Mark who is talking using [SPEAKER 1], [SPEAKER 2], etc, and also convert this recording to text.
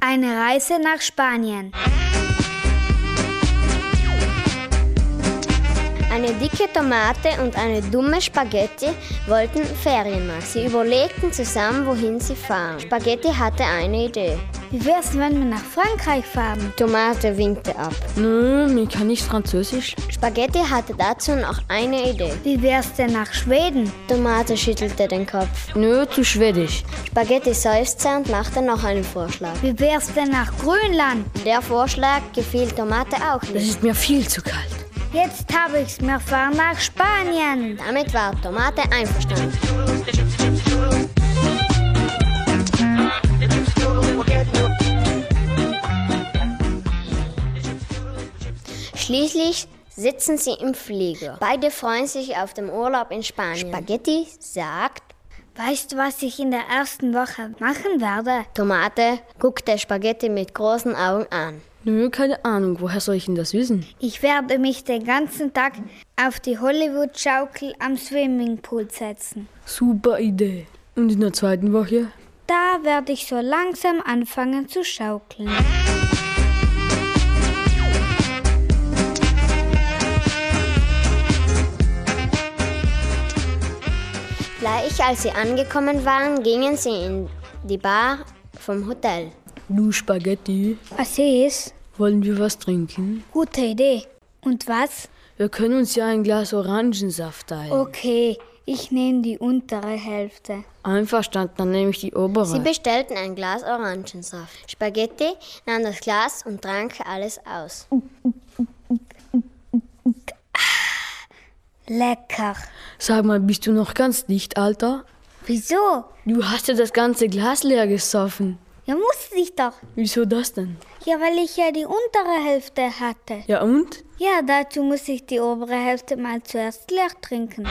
[SPEAKER 1] Eine Reise nach Spanien.
[SPEAKER 2] Eine dicke Tomate und eine dumme Spaghetti wollten Ferien machen. Sie überlegten zusammen, wohin sie fahren. Spaghetti hatte eine Idee.
[SPEAKER 1] Wie wär's, wenn wir nach Frankreich fahren?
[SPEAKER 2] Tomate winkte ab.
[SPEAKER 3] Nein, ich kann nicht Französisch.
[SPEAKER 2] Spaghetti hatte dazu noch eine Idee.
[SPEAKER 1] Wie wär's denn nach Schweden?
[SPEAKER 2] Tomate schüttelte den Kopf.
[SPEAKER 3] Nö, zu Schwedisch.
[SPEAKER 2] Spaghetti seufzte und machte noch einen Vorschlag.
[SPEAKER 1] Wie wär's denn nach Grönland?
[SPEAKER 2] Der Vorschlag gefiel Tomate auch
[SPEAKER 3] Es
[SPEAKER 2] nicht.
[SPEAKER 3] ist mir viel zu kalt.
[SPEAKER 1] Jetzt habe ich's, wir fahren nach Spanien.
[SPEAKER 2] Damit war Tomate einverstanden. Schließlich sitzen sie im Flieger. Beide freuen sich auf den Urlaub in Spanien. Spaghetti sagt,
[SPEAKER 1] Weißt du, was ich in der ersten Woche machen werde?
[SPEAKER 2] Tomate guckte Spaghetti mit großen Augen an.
[SPEAKER 3] Nö, keine Ahnung. Woher soll ich denn das wissen?
[SPEAKER 1] Ich werde mich den ganzen Tag auf die Hollywood-Schaukel am Swimmingpool setzen.
[SPEAKER 3] Super Idee. Und in der zweiten Woche?
[SPEAKER 1] Da werde ich so langsam anfangen zu schaukeln.
[SPEAKER 2] Gleich als sie angekommen waren, gingen sie in die Bar vom Hotel.
[SPEAKER 3] Du Spaghetti.
[SPEAKER 1] Was ist?
[SPEAKER 3] Wollen wir was trinken?
[SPEAKER 1] Gute Idee. Und was?
[SPEAKER 3] Wir können uns ja ein Glas Orangensaft teilen.
[SPEAKER 1] Okay, ich nehme die untere Hälfte.
[SPEAKER 3] Einverstanden, dann nehme ich die obere.
[SPEAKER 2] Sie bestellten ein Glas Orangensaft. Spaghetti nahm das Glas und trank alles aus.
[SPEAKER 1] Lecker.
[SPEAKER 3] Sag mal, bist du noch ganz dicht, Alter?
[SPEAKER 1] Wieso?
[SPEAKER 3] Du hast ja das ganze Glas leer gesoffen.
[SPEAKER 1] Ja, musste ich doch.
[SPEAKER 3] Wieso das denn?
[SPEAKER 1] Ja, weil ich ja die untere Hälfte hatte.
[SPEAKER 3] Ja und?
[SPEAKER 1] Ja, dazu muss ich die obere Hälfte mal zuerst leer trinken.